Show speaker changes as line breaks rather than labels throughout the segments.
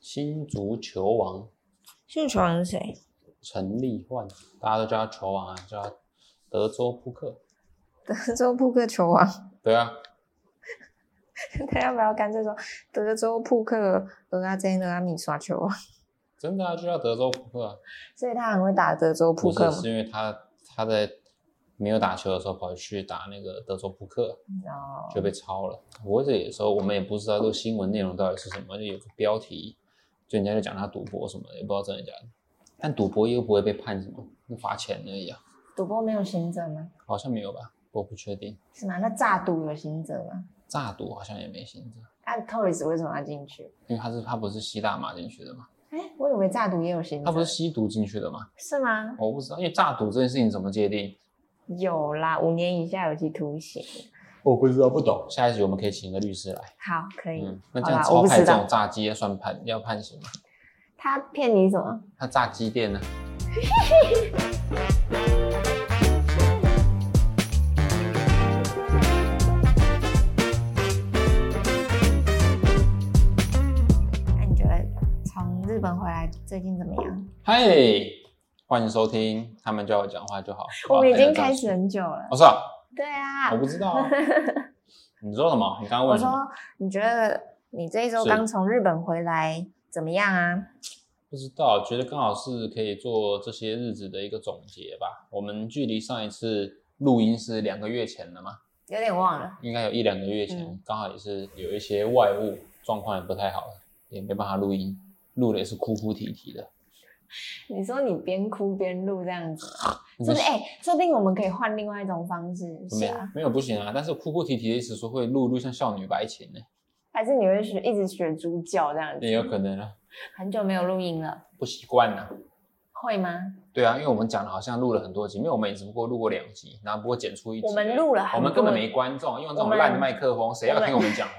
新足球王
姓球王是谁？
陈立焕，大家都叫他球王啊，叫他德州扑克。
德州扑克球王。
对啊，
他要不要干脆说德州扑克俄阿 J 俄阿米刷球王？
真的啊，就叫德州扑克啊。
所以他很会打德州扑
不
克
是，
嘛？
是因为他他在没有打球的时候跑去打那个德州扑克，
哦，
就被抄了。我这里的时候，我们也不知道这个新闻内容到底是什么，就有个标题，就人家就讲他赌博什么的，也不知道真的假的。但赌博又不会被判什么，就罚钱而已啊，
赌博没有行者吗？
好像没有吧？我不确定。
是吗？那诈赌有行者吗？
诈赌好像也没行政，
那 Torres 为什么要进去？
因为他是他不是吸大麻进去的嘛，
哎，我以为诈赌也有行者，
他啊不是吸毒进去的嘛？
是吗？
我不知道，因为诈赌这件事情怎么界定？
有啦，五年以下有期徒刑。
我不知道，不懂。下一集我们可以请一个律师来。
好，可以。
嗯，那
好
这样
啦，我
超
不
派
知
这
道
种炸鸡要算判要判刑吗？
他骗你什么？
那炸鸡店呢？
那你觉得从日本回来最近怎么样？
嗨，欢迎收听。他们叫我讲话就好。
我们已经开
要
始
这样说。
很久了。
我、是啊，
对啊
我，不知道、 啊。你说什么？你刚刚
我
问什么？
说你觉得你这一周
是
刚从日本回来怎么样啊？
不知道，觉得刚好是可以做这些日子的一个总结吧。我们距离上一次录音是两个月前了嘛，
有点忘了。
应该有一两个月前，
嗯
刚好也是有一些外物状况也不太好，也没办法录音，录的也是哭哭啼啼的。
你说你边哭边录这样子，
你
是
们
不是？哎、说不定我们可以换另外一种方式，
没
是
有
啊？
没有不行啊，但是哭哭啼啼的意思说会录录像少女白琴呢、
还是你会学一直学猪叫这样子？
也有可能啊，
很久没有录音了，
不习惯啊。
会吗？
对啊，因为我们讲的好像录了很多集，没有，我们也只不过录过两集，然后不过剪出一集。
我们录了很
我
多
们根本没观众，用这
我
种
们
烂麦克风，谁要听我们讲话？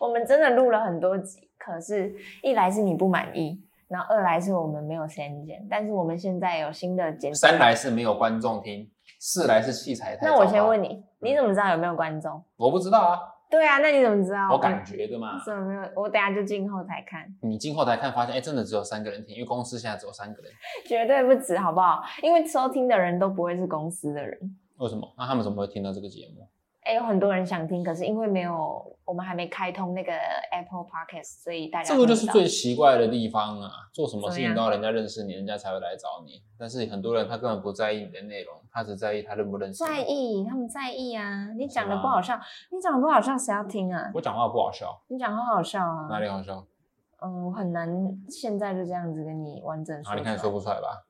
我们真的录了很多集，可是一来是你不满意，然后二来是我们没有删减，但是我们现在有新的剪辑。
三来是没有观众听，四来是器材太。
那我先问
你，
你，你
嗯
怎么知道有没有观众？
我不知道啊，
对啊，那你怎么知道？
我感觉的嘛。
怎么没有？我等下就进后台看，
你进后台看，发现哎，真的只有三个人听，因为公司现在只有三个人。
绝对不止，好不好？因为收听的人都不会是公司的人。
为什么？那他们怎么会听到这个节目？
哎，有很多人想听，可是因为没有，我们还没开通那个 Apple Podcast，所以大家
这个就是
听不到
最奇怪的地方啊！做什么事
怎
情
样
都要人家认识你，人家才会来找你。但是很多人他根本不在意你的内容，他只在意他认不认识你。
在意，他们在意啊！你讲的
是吗
不好笑，你讲的不好笑，谁要听啊？
我讲话不好笑，
你讲好好笑啊！
哪里好笑？
嗯，我很难现在就这样子跟你完整说。
哪里看说？不出来吧？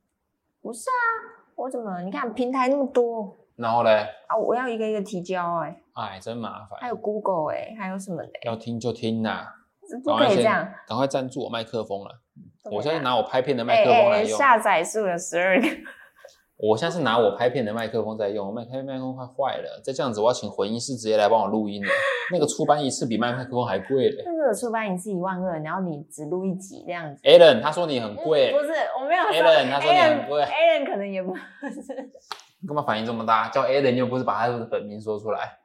不是啊，我怎么？你看平台那么多
然后嘞，
啊，我要一个一个提交哎、
哎，真麻
还
烦。
有 Google 哎、还有什么的、
要听就听呐、
这不
赶
可
快
以
啊先
这样。
赶快赞助我麦克风了。
不可以
我现在
这样
拿我拍片的麦
哎
克风
哎
来
哎，
用。
下载数有十二个，
我现在是拿我拍片的麦克风在用，我麦拍片麦克风快坏了，再这样子我要请混音师直接来帮我录音了。那个出班一次比卖麦克风还贵嘞。
但是我出版一次一万二，然后你只录一集这样子。
Alan 他说你很贵
嗯不，是，我没有说。
Alan，他说你很贵
Alan 可能也不是。
你干嘛反应这么大？叫 Alan 又不是把他的本名说出来。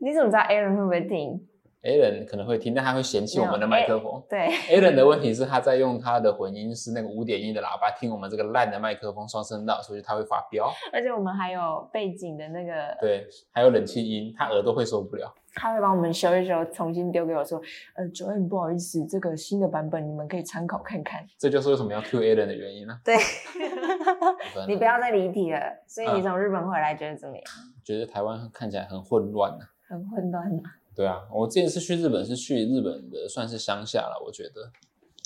你怎么知道 Alan 会不会听？
Alan 可能会听，但他会嫌弃我们的麦克风。
对，
Alan 的问题是他在用他的混音师那个五点一的喇叭听我们这个烂的麦克风双声道，所以他会发飙。
而且我们还有背景的那个
对，还有冷气音，他耳朵会受不了。
他会帮我们修一修，重新丢给我说，呃，九 N 不好意思，这个新的版本你们可以参考看 看。
这就是为什么要 Q Alan 的原因呢、
对，
啊。
你不要再离题了。所
嗯
以你从日本回来觉得怎么样？
觉得台湾看起来很混乱呢、啊
很混乱吗？
对啊，我这次去日本是去日本的，算是乡下了。我觉得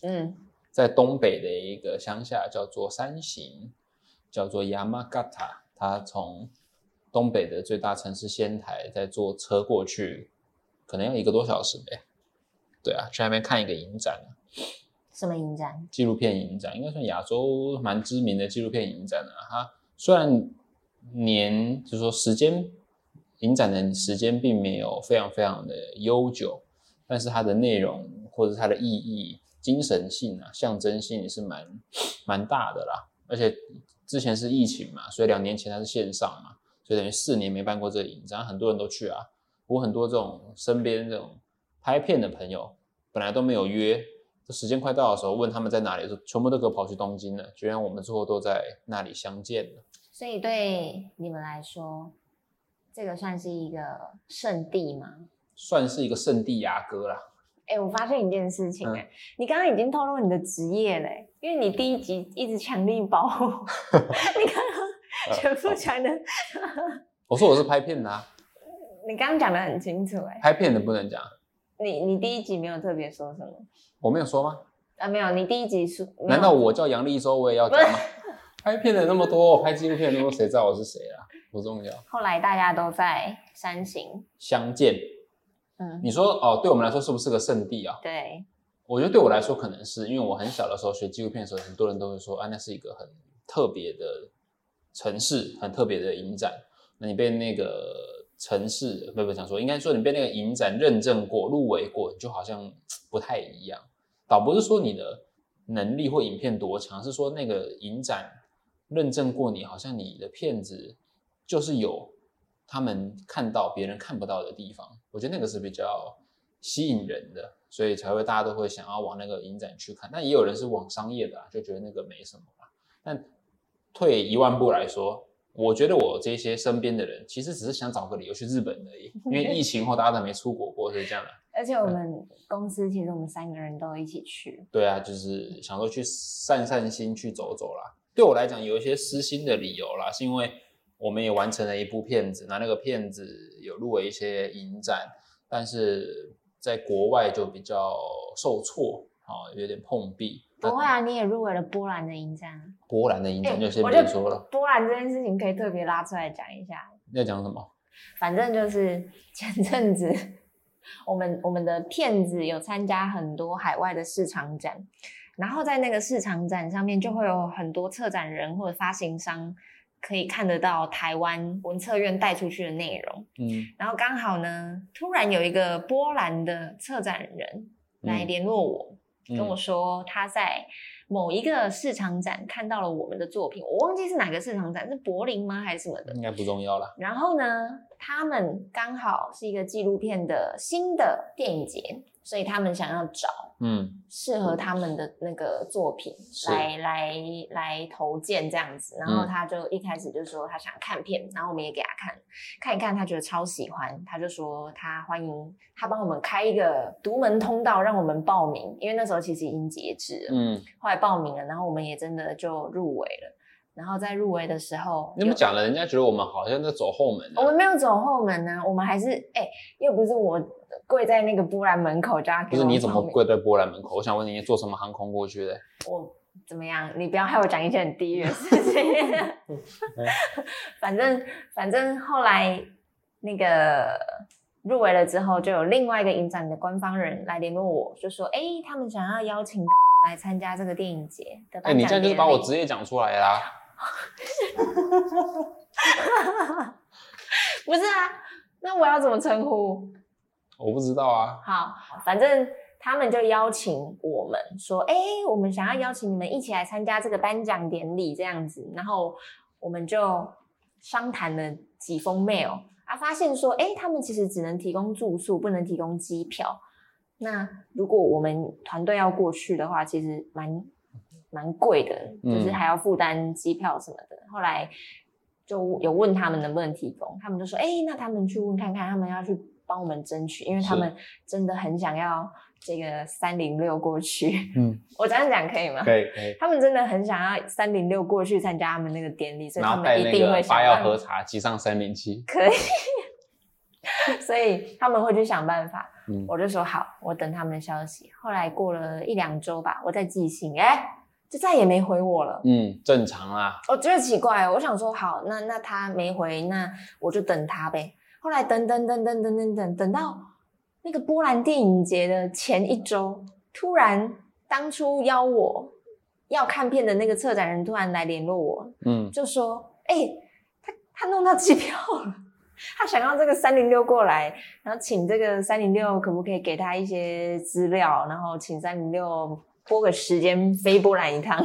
嗯，
在东北的一个乡下叫做山形，叫做 Yamagata。它从东北的最大城市仙台再坐车过去，可能要一个多小时呗。对啊，去那边看一个影展啊，
什么影展？
纪录片影展，应该算亚洲蛮知名的纪录片影展了、它虽然年就是说时间影展的时间并没有非常非常的悠久，但是它的内容或者是它的意义、精神性啊、象征性也是蛮蛮大的啦。而且之前是疫情嘛，所以两年前它是线上嘛，所以等于四年没办过这个影展，很多人都去啊。我很多这种身边这种拍片的朋友，本来都没有约，时间快到的时候，问他们在哪里的时候，全部都给我跑去东京了，居然我们最后都在那里相见了。
所以对你们来说，这个算是一个圣地吗？
算是一个圣地牙哥啦，
哎、我发现一件事情、
嗯
哎、你刚刚已经透露你的职业嘞、因为你第一集一直强 力保护，你刚刚全
嗯
部讲的，
我说我是拍片的、啊，
你刚刚讲的很清楚、哎，
拍片的不能讲，
你你第一集没有特别说什么
我没有说吗？
啊？没有，你第一集说，没有
难道我叫杨立洲，我也要讲 吗？拍片的那么多，拍纪录片的那么多，谁知道我是谁啊？不重要。
后来大家都在山行？
相见，
嗯，
你说哦，对我们来说是不是个圣地啊？
对，
我觉得对我来说可能是因为我很小的时候学纪录片的时候，很多人都会说啊，那是一个很特别的城市，很特别的影展。那你被那个城市不不想说，应该说你被那个影展认证过、入围过，你就好像嘖不太一样。倒不是说你的能力或影片多强，是说那个影展认证过你，好像你的片子就是有他们看到别人看不到的地方。我觉得那个是比较吸引人的，所以才会大家都会想要往那个影展去看。但也有人是往商业的、啊，就觉得那个没什么啦。但退一万步来说，我觉得我这些身边的人其实只是想找个理由去日本而已，因为疫情后大家都没出国过，所以这样的、
而且我们公司其实我们三个人都一起去，
对啊，就是想说去散散心，去走走啦。对我来讲，有一些私心的理由啦，是因为我们也完成了一部片子，那那个片子有入围一些影展，但是在国外就比较受挫，啊、有点碰壁。
不会啊，你也入围了波兰的影展
那波兰的影
啊，
展就
欸
先
我
别
觉得
说了，
波兰这件事情可以特别拉出来讲一下，
要讲什么？
反正就是 前阵子，我们我们的片子有参加很多海外的市场展，然后在那个市场展上面就会有很多策展人或者发行商可以看得到台湾文策院带出去的内容。
嗯，
然后刚好呢，突然有一个波兰的策展人
嗯
来联络我，
嗯
跟我说他在某一个市场展看到了我们的作品，我忘记是哪个市场展，是柏林吗还是什么的？
应该不重要啦。
然后呢，他们刚好是一个纪录片的新的电影节，所以他们想要找
嗯，
适合他们的那个作品
是
来来来投件这样子。然后
嗯
他就一开始就说他想看片，然后我们也给他看看一看，他觉得超喜欢，他就说他欢迎他帮我们开一个独门通道让我们报名，因为那时候其实已经截止了，
嗯，
后来报名了，然后我们也真的就入围了。然后在入围的时候，
那么讲了，人家觉得我们好像在走后门、
哦我
啊。
们没有走后门呢、我们还是哎、又不是我跪在那个波兰门口叫他给
不
我
是你怎么
报名
跪在波兰门口？我想问你，你坐什么航空过去的？
我怎么样？你不要害我讲一些很低劣的事情。 反正反正后来那个入围了之后，就有另外一个影展的官方人来联络我，就说：“哎、他们想要邀请来参加这个电影节的
哎、
颁
你这
奖
样就是
典
把我
礼
职业讲出来啦。
不是啊？那我要怎么称呼？
我不知道啊，
好，反正他们就邀请我们说，哎、我们想要邀请你们一起来参加这个颁奖典礼这样子，然后我们就商谈了几封 mail 啊，发现说，哎、他们其实只能提供住宿，不能提供机票。那如果我们团队要过去的话，其实蛮蛮贵的，就是
嗯
还要负担机票什么的。后来就有问他们能不能提供，他们就说：“哎、那他们去问看看，他们要去帮我们争取，因为他
是
们真的很想要这个三零六过去。
嗯，”
我这样讲可以吗？
可以可以，
他们真的很想要三零六过去参加他们那个典礼，所以
然
他
后带
们一
那
定会
个
想
八
办
药
法
和茶，挤上三零七，
可以，所以他们会去想办法。
嗯，
我就说好，我等他们的消息。后来过了一两周吧，我再寄信，哎、就再也没回我了。
嗯，正常啦，
我哦觉得奇怪，我想说好，那那他没回，那我就等他呗。后来等等等等等等等，等到那个波兰电影节的前一周，突然当初邀我要看片的那个策展人突然来联络我，
嗯，
就说：“哎、他他弄到机票了，他想要这个三零六过来，然后请这个三零六可不可以给他一些资料，然后请三零六拨个时间飞波兰一趟。”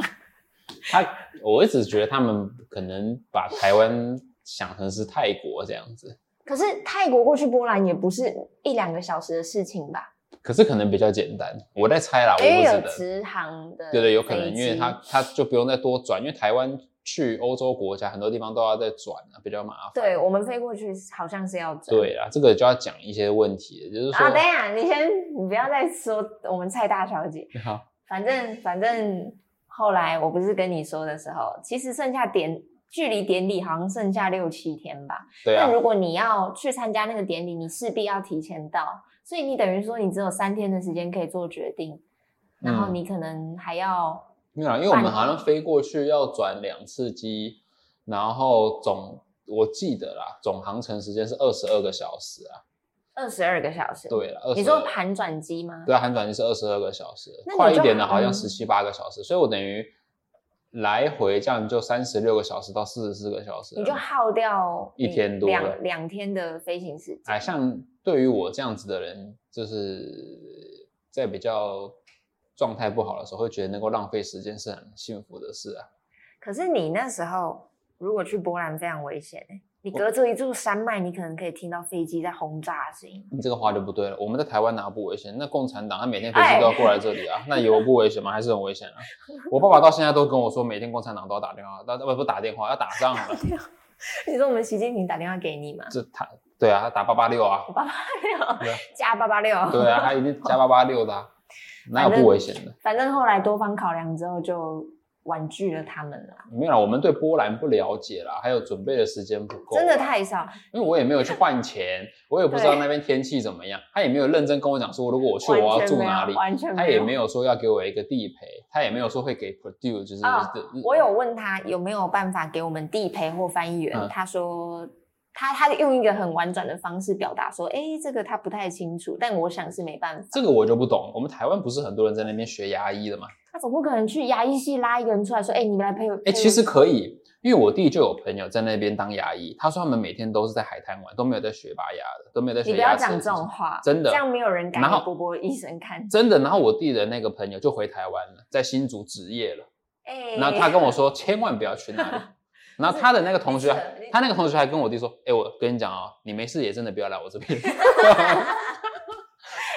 他我一直觉得他们可能把台湾想成是泰国这样子，
可是泰国过去波兰也不是一两个小时的事情吧？
可是可能比较简单，我在猜啦，我
因为
啊不
哎有
知道。
直航的，
对对，有可能，因为它它就不用再多转，因为台湾去欧洲国家很多地方都要再转啊，比较麻烦。
对我们飞过去好像是要转。
对啊，这个就要讲一些问题了，就是
啊，等一
说，
下，你先，你不要再说我们蔡大小姐。
好，
反正反正后来我不是跟你说的时候，其实剩下典距离典礼好像剩下六七天吧。
对啊
但，如果你要去参加那个典礼，你势必要提前到，所以你等于说你只有三天的时间可以做决定，然后
嗯
你可能还要、
没有啦，因为我们好像飞过去要转两次机，然后总我记得啦，总航程时间是二十二个小时啊。
二十二个小时。，
对了，二十
你说盘转机吗？
对啊，含转机是二十二个小时
那，你
快一
就
点的好像
嗯
十七八个小时，所以我等于来回这样就三十六个小时到四十四个小时了嘛，
你就耗掉
一
你
天多了
两两天的飞行时间。
哎，像对于我这样子的人，就是在比较状态不好的时候，会觉得能够浪费时间是很幸福的事啊。
可是你那时候如果去波兰非常危险、欸、你隔着一座山脉，你可能可以听到飞机在轰炸的声音。
你这个话就不对了。我们在台湾哪不危险？那共产党他每天飞
哎
机都要过来这里啊，那有不危险吗？还是很危险啊。我爸爸到现在都跟我说，每天共产党都要打电话，打不不打电话要打仗了。
你说我们习近平打电话给你吗？
这他对啊，他打八八六啊，对啊
加八八六。
对啊，他一定加八八六的、啊，哪有
反正
不危险的？
反正后来多方考量之后，就婉拒了他们了。
没有啦，我们对波兰不了解啦，还有准备的时间不够啊，
真的太少，
因为我也没有去换钱，我也不知道
对
那边天气怎么样，他也没有认真跟我讲说，如果我去我要
完全
住
没有
哪里，
完全
他也
没
没有说要给我一个地陪，他也没有说会给 Purdue，就是、
啊
对
我有问他有没有办法给我们地陪或翻译员，
嗯
他说他他用一个很婉转的方式表达说，哎、这个他不太清楚，但我想是没办法，
这个我就不懂。我们台湾不是很多人在那边学牙医的吗？
他总不可能去牙医系拉一个人出来说，哎、你们来陪我。
哎、
陪我
其实可以，因为我弟就有朋友在那边当牙医，他说他们每天都是在海滩玩，都没有在学拔牙的，都没有在学
你不
牙
要
齿的
讲这
事
种
情
话，
真的
这样没有人敢
然后
给波波医生 看。
真的，然后我弟的那个朋友就回台湾了，在新竹职业了。
哎、
然后他跟我说，千万不要去 那里。然后他的那个同学
你扯你，扯
他那个同学还跟我弟说：“哎、我跟你讲哦，你没事也真的不要来我这边，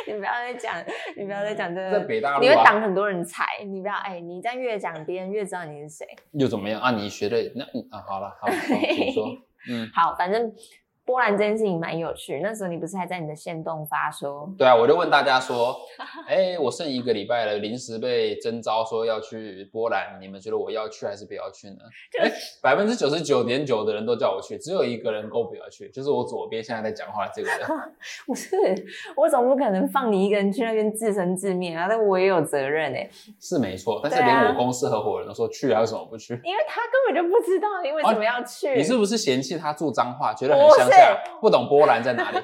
你不要再讲，你不要再讲这
在
个。
北大陆
你会
啊，
挡很多人财，你不要哎、你这样越讲，别人越知道你是谁。
又怎么样啊？你学的那嗯啊，好了，好，好请说，嗯，
好，反正波兰这件事情蛮有趣。那时候你不是还在你的线动发说，
对啊，我就问大家 说，哎、我剩一个礼拜了，临时被征召说要去波兰，你们觉得我要去还是不要去呢？
就
哎、百分之九十九点九的人都叫我去，只有一个人够不要去，就是我左边现在在讲话的这个 人。
不是我总不可能放你一个人去那边自生自灭啊，但我也有责任哎、
是没错，但是
对啊
连我公司合伙人都说去啊，为什么不去？
因为他根本就不知道你为什么要去。
哦你是不是嫌弃他住彰化，觉得很
不是
乡下，不懂波兰在哪里？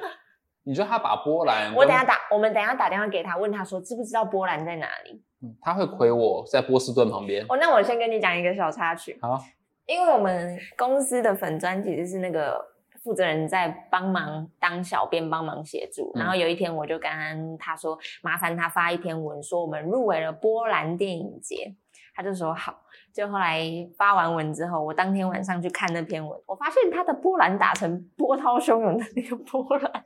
你觉得他把波兰跟，
我等一下打，我们等一下打电话给他，问他说知不知道波兰在哪里。
嗯他会亏我在波士顿旁边。
哦，那我先跟你讲一个小插曲，
好，
因为我们公司的粉砖其实是那个负责人在帮忙当小编帮忙协助，
嗯
然后有一天我就跟他说，麻烦他发一篇文说我们入围了波兰电影节，他就说好。就后来发完文之后，我当天晚上去看那篇文，我发现他的波兰打成波涛汹涌的那个波兰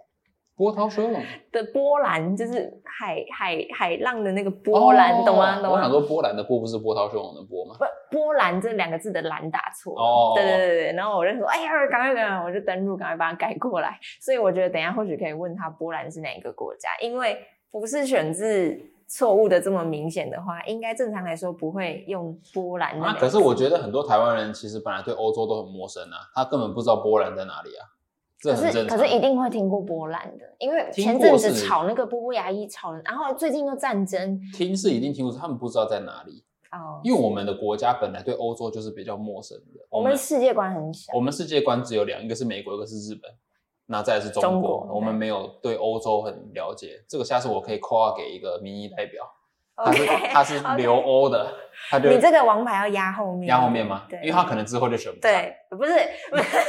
波涛汹涌，
的波兰，就是海海海浪的那个波兰，
哦
懂吗？懂啊
我想
吗？
说波兰的波不是波涛汹涌的波吗？
不，波兰这两个字的兰打错了。
哦
对对对对。然后我就说，哎呀，赶快赶快，我就登录，赶快把它改过来。所以我觉得等一下或许可以问他波兰是哪一个国家，因为不是选字错误的这么明显的话，应该正常来说不会用波兰那两
啊，
个字。
可是我觉得很多台湾人其实本来对欧洲都很陌生啊，他根本不知道波兰在哪里啊，这
可
很
是
正
可
常。
是一定会听过波兰的，因为
听
前
过
阵子
是
炒那个波波牙医炒了，然后最近又战争
听是一定听不出，他们不知道在哪里，
哦，
因为我们的国家本来对欧洲就是比较陌生的。
我们世界观很小。
我们世界观只有两，一个是美国，一个是日本，那再来是中国。
中国
我们没有对欧洲很了解，这个下次我可以 call out 给一个民意代表，哦他是
OK，
他是
OK
留 欧的，他就
你这个王牌要压后面，
压后面吗？
对，
因为他可能之后就选不上。
对，不是，不是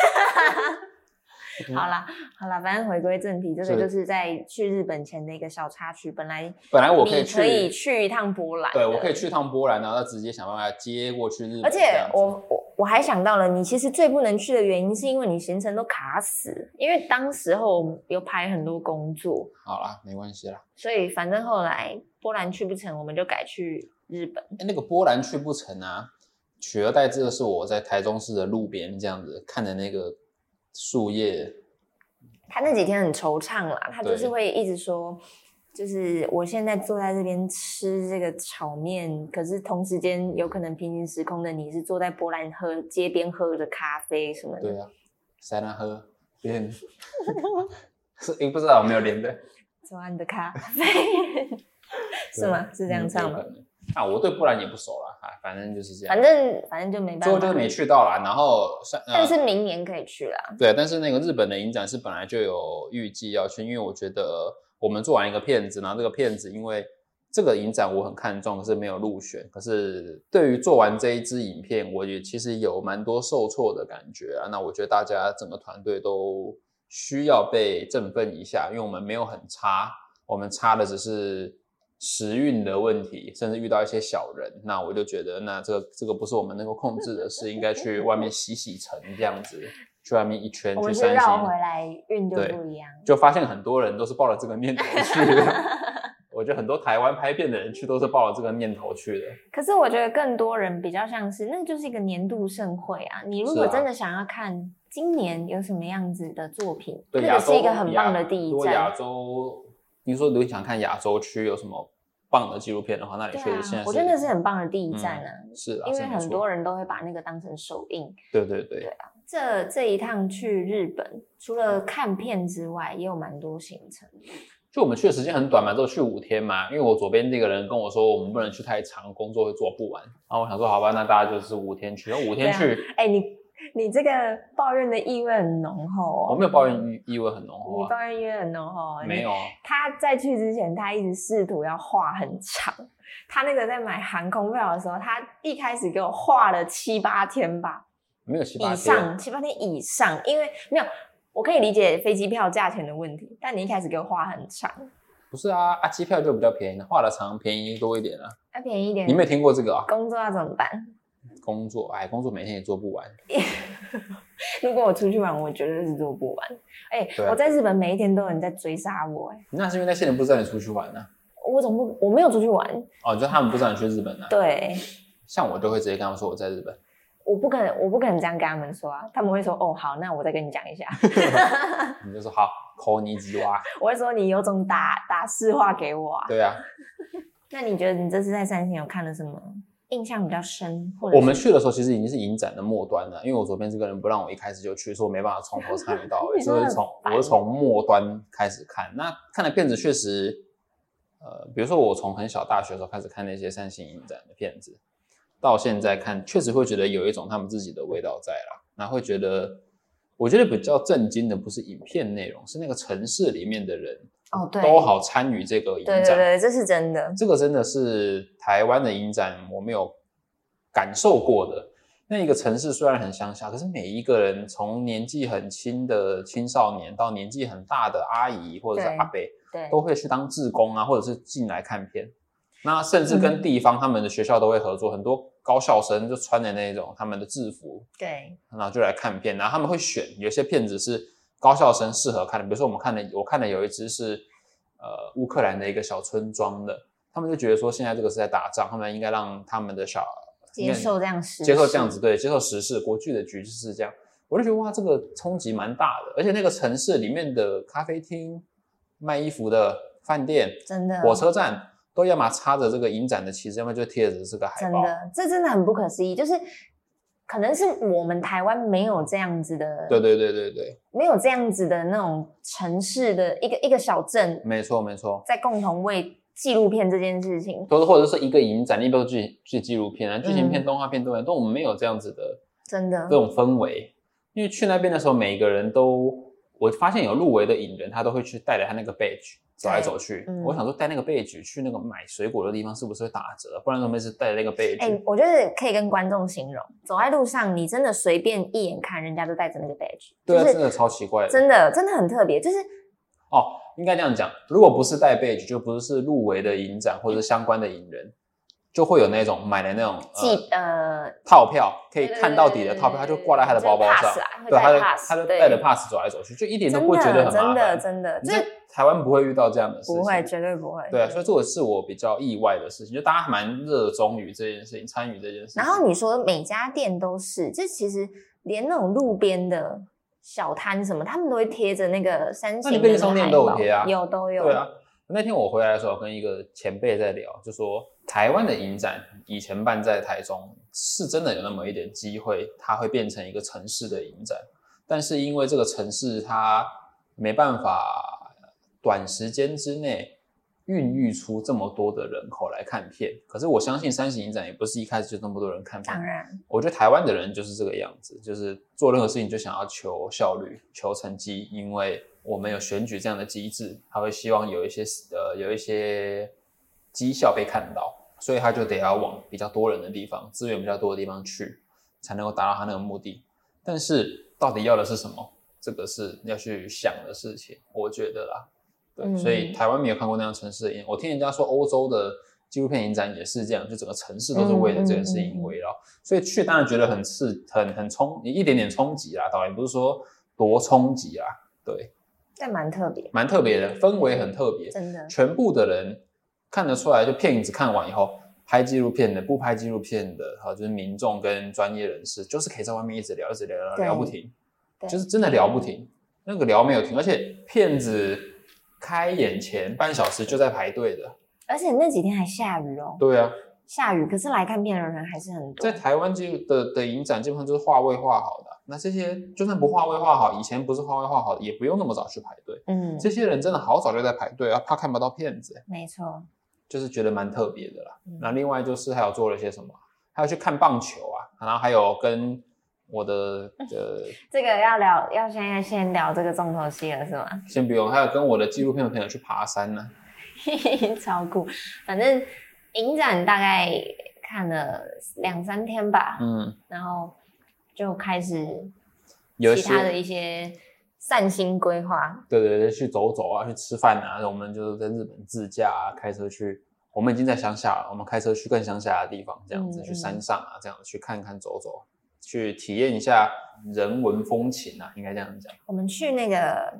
好啦，好啦，反正回归正题，这个
嗯是
就是在去日本前的一个小插曲。本来
本来我可以
你
去，
可以去一趟波兰，
对我可以去。趟波兰，然后直接想办法接过去日本
而
这样
且
子。
我我我还想到了，你其实最不能去的原因是因为你行程都卡死，因为当时候我们有排很多工作，
好啦，没关系啦。
所以反正后来波兰去不成，我们就改去日本。
哎，那个波兰去不成啊，取而代之的是我在台中市的路边这样子看的那个树叶，
他那几天很惆怅啦，他就是
对
会一直说，就是我现在坐在这边吃这个炒面，可是同时间有可能平行时空的你是坐在波兰喝街边喝着咖啡什么的。
对啊，塞纳喝连， 是也不知道有没有连的，
昨晚的咖啡 是吗？是这样唱
嗯
吗
有？可能啊，我对波兰也不熟了，啊，反正就是这样。
反正反正就没
最
办
后
法，
就是没去到啦，然后上呃
但是明年可以去啦。
对，但是那个日本的影展是本来就有预计要去，因为我觉得我们做完一个片子，然后这个片子因为这个影展我很看重，可是没有入选。可是对于做完这一支影片，我也其实有蛮多受挫的感觉啊。那我觉得大家整个团队都需要被振奋一下，因为我们没有很差，我们差的只是时运的问题，甚至遇到一些小人，那我就觉得，那这个这个不是我们能够控制的事，应该去外面洗洗尘这样子，去外面一圈
我
去
们是
散心，
绕回来运就
对
不一样。
就发现很多人都是抱着这个念头去 的。我觉得很多台湾拍片的人去都是抱着这个念头去的。
可是我觉得更多人比较像是，那就是一个年度盛会啊。你如
是
果
啊
真的想要看今年有什么样子的作品，
对，
那
亚
个
洲
是一个很棒的第一
亚如果亚
站。
洲，你说如果想看亚洲区有什么棒的纪录片的话，那你确
对
实现在
啊
是，
我觉得那是很棒的第一站啊，
是啊，
因为
是没
很
错
多人都会把那个当成首映。
对对对，
这这一趟去日本，除
嗯
了看片之外，也有蛮多行程。
就我们去的时间很短嘛，只有去五天嘛。因为我左边那个人跟我说，我们不能去太长，工作会做不完。然后我想说，好吧，那大家就是五天去，那五天去，
哎、你你这个抱怨的意味很浓厚、哦。
我没有抱怨意意味很浓厚
你
啊，
抱怨意味很浓厚、哦。
没有啊，
他在去之前，他一直试图要画很长。他那个在买航空票的时候，他一开始给我画了七八天吧，
没有七八
以
天。
上七八天以上，因为没有，我可以理解飞机票价钱的问题，但你一开始给我画很长，
不是啊，啊，机票就比较便宜了，画的长，便宜多一点啊。
那便宜一点
你。没有听过这个啊？
工作要怎么办？
工作，哎，工作每天也做不完。
如果我出去玩，我绝对是做不完。哎、
对啊
我在日本每一天都有人在追杀我、哎，
那是因为那些人不知道你出去玩呢、
我总不我没有出去玩，
啊哦，你说他们不知道你去日本呢、
对，
像我就会直接跟他们说我在日本。
我不可能，我不可能这样跟他们说啊，他们会说哦好，那我再跟你讲一下。
你就说好，扣你几哇？
我会说你有种打打市话给我啊。
对啊，
那你觉得你这次在三星有看了什么印象比较深，或者
我们去的时候其实已经是影展的末端了，因为我左边这个人不让我一开始就去，所以我没办法从头参与 到尾，
你真
所
的
以
很
是从
烦
我是从末端开始看。那看的片子确实，呃，比如说我从很小大学的时候开始看那些三星影展的片子，到现在看，确实会觉得有一种他们自己的味道在啦，那会觉得。我觉得比较震惊的不是影片内容，是那个城市里面的人
哦对，
都好参与这个影
对
展，
对对，这是真的。
这个真的是台湾的影展我没有感受过的。那一个城市虽然很乡下，可是每一个人从年纪很轻的青少年到年纪很大的阿姨或者是
对
阿伯，
对，
都会去当志工啊，或者是进来看片。那甚至跟地方他们的学校都会合作，很多高校生就穿着那种他们的制服，
对
然后就来看片，然后他们会选有些片子是高校生适合看的，比如说我们看的，我看的有一支是呃乌克兰的一个小村庄的，他们就觉得说现在这个是在打仗，他们应该让他们的小
接受这样实
接受这样子，对，接受时事，国剧的局势是这样，我就觉得哇，这个冲击蛮大的，而且那个城市里面的咖啡厅、卖衣服的饭店、
真的
火车站。都要么插着这个影展的旗帜，要么就贴着这个海
真
报。
的，这真的很不可思议，就是。可能是我们台湾没有这样子的，
对对对对对，
没有这样子的那种城市的一个一个小镇，
没错没错。
在共同为纪录片这件事情，
都是或者是一个影展，一般都剧剧纪录片啊、剧情片、
嗯
动画片都有，但我们没有这样子的
真的
这，种氛围。因为去那边的时候，每一个人都，我发现有入围的影人，他都会去带着他那个 badge，走来走去。
嗯
我想说带那个背举去那个买水果的地方是不是会打折？不然怎么一直带那个背举？
哎、我觉得可以跟观众形容，走在路上，你真的随便一眼看，人家都带着那个 badge，
对啊，
就
真
是
的超奇怪的。
真的真的很特别，就是
哦，应该这样讲，如果不是带 badge，就不是入围的影展或者是相关的影人，就会有那种买的那种
记呃，
套票，可以
对对
看到底的套票，他就挂在他的包包上，
对，
他
会
就
带 pass，
他就
对
带着 pass 走来走去，就一点都不会觉得很麻
真的
烦。
真的
你
真
在
的，这
台湾不会遇到这样的事情，
不会，绝对不会。
对啊，所以这个是我比较意外的事情，就大家蛮热衷于这件事情，参与这件事情。
然后你说每家店都是，这其实连那种路边的小摊什么，他们都会贴着那个三
那
星
你
的
便利
那个
商店
海
都有
报
贴啊
有都有。
对啊，那天我回来的时候跟一个前辈在聊，就说台湾的影展以前办在台中，是真的有那么一点机会，它会变成一个城市的影展，但是因为这个城市它没办法短时间之内。孕育出这么多的人口来看片，可是我相信三型影展也不是一开始就那么多人看片
当，然，
我觉得台湾的人就是这个样子，就是做任何事情就想要求效率、求成绩，因为我们有选举这样的机制，他会希望有一些呃有一些绩效被看到，所以他就得要往比较多人的地方、资源比较多的地方去，才能够达到他那个目的。但是到底要的是什么，这个是要去想的事情，我觉得啦。对，
嗯
所以台湾没有看过那样城市的影，我听人家说欧洲的纪录片影展也是这样，就整个城市都是为了这件事
嗯嗯嗯
情
嗯
围绕。所以去当然觉得很刺、很很冲，一点点冲击啦。导演不是说多冲击啦，对，
但蛮特别，
蛮特别的，氛围很特别。
真的。
全部的人看得出来，就片子看完以后，拍纪录片的、不拍纪录片的，好，就是民众跟专业人士，就是可以在外面一直聊、一直聊、聊
对
聊不停，
对
就是真的聊不停，那个聊没有停，而且片子开演前半小时就在排队的，
而且那几天还下雨哦，
对啊，
下雨，可是来看片的人还是很
在。
多
台湾就的的影展基本上就是画位画好的，那这些就算不画位画好，以前不是画位画好的，也不用那么早去排队。
嗯，
这些人真的好早就在排队啊，怕看不到片子，
没错。
就是觉得蛮特别的啦。
嗯
那另外就是还有做了些什么，还有去看棒球啊，然后还有跟我的呃，
这个要聊，要现在先聊这个重头戏了，是吗？
先不用，还有跟我的纪录片的朋友去爬山呢、
超酷。反正影展大概看了两三天吧，
嗯，
然后就开始
有一
其他的
些
一些散心规划。
对对对，去走走啊，去吃饭啊，我们就是在日本自驾啊，开车去。我们已经在乡下了，我们开车去更乡下的地方，这样子、
嗯
去山上啊，这样去看看走走，去体验一下人文风情啊，应该这样讲。
我们去那个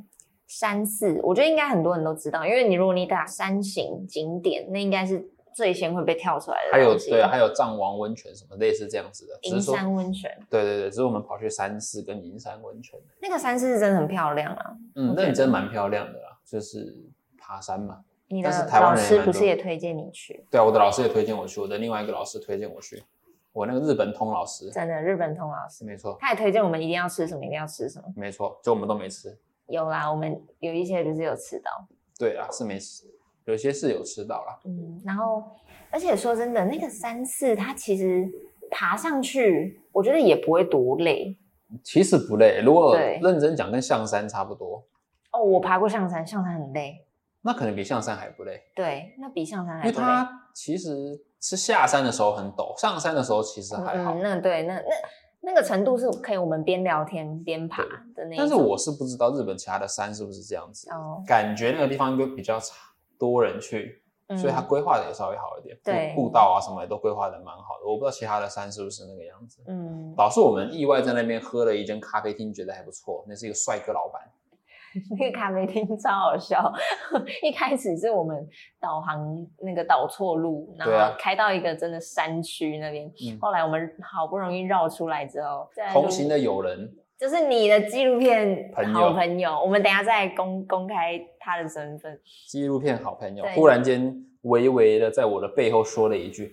山寺，我觉得应该很多人都知道，因为你如果你打山形景点，那应该是最先会被跳出来的
还有
东西
对啊，还有藏王温泉什么类似这样子的，只
银
是说
山温泉，
对对对，只是我们跑去三寺跟银山温泉，
那个山寺是真的很漂亮啊。
嗯，
OK
那你真蛮漂亮的啦，就是爬山嘛。
你
但
的
是台湾
老
人也
师
蛮
不是
多
也推荐你去？
对啊，我的老师也推荐我去，我的另外一个老师推荐我去，我那个日本通老师，
真的，日本通老师，
没错
他也推荐我们一定要吃什么，一定要吃什么。
没错，就我们都没吃，
有啦，我们有一些就是有吃到，
对啊，是没吃，有些是有吃到啦，
嗯，然后而且说真的，那个山寺它其实爬上去，我觉得也不会多累
其实不累，如果
对
认真讲，跟象山差不多，
哦。我爬过象山，象山很累，
那可能比象山还不累，
对，那比象山
因
还
为
不累。
它其实是下山的时候很陡，上山的时候其实还好。
嗯，那对，那那那个程度是可以我们边聊天边爬的那一种。
但是我是不知道日本其他的山是不是这样子，
哦，
感觉那个地方应该比较多人去，
嗯
所以它规划的也稍微好一点，步
对
步道啊什么也都规划的蛮好的。我不知道其他的山是不是那个样子。
嗯，
老是我们意外在那边喝了一间咖啡厅，觉得还不错，那是一个帅哥老板。
那个咖啡厅超好笑， 一开始是我们导航那个导错路，然
对
后
啊
开到一个真的山区那边。
嗯
后来我们好不容易绕出来之后，在路
同行的友人，
就是你的纪录片
朋友
好朋友，我们等一下再公公开他的身份。
纪录片好朋友
对，
忽然间微微的在我的背后说了一句：“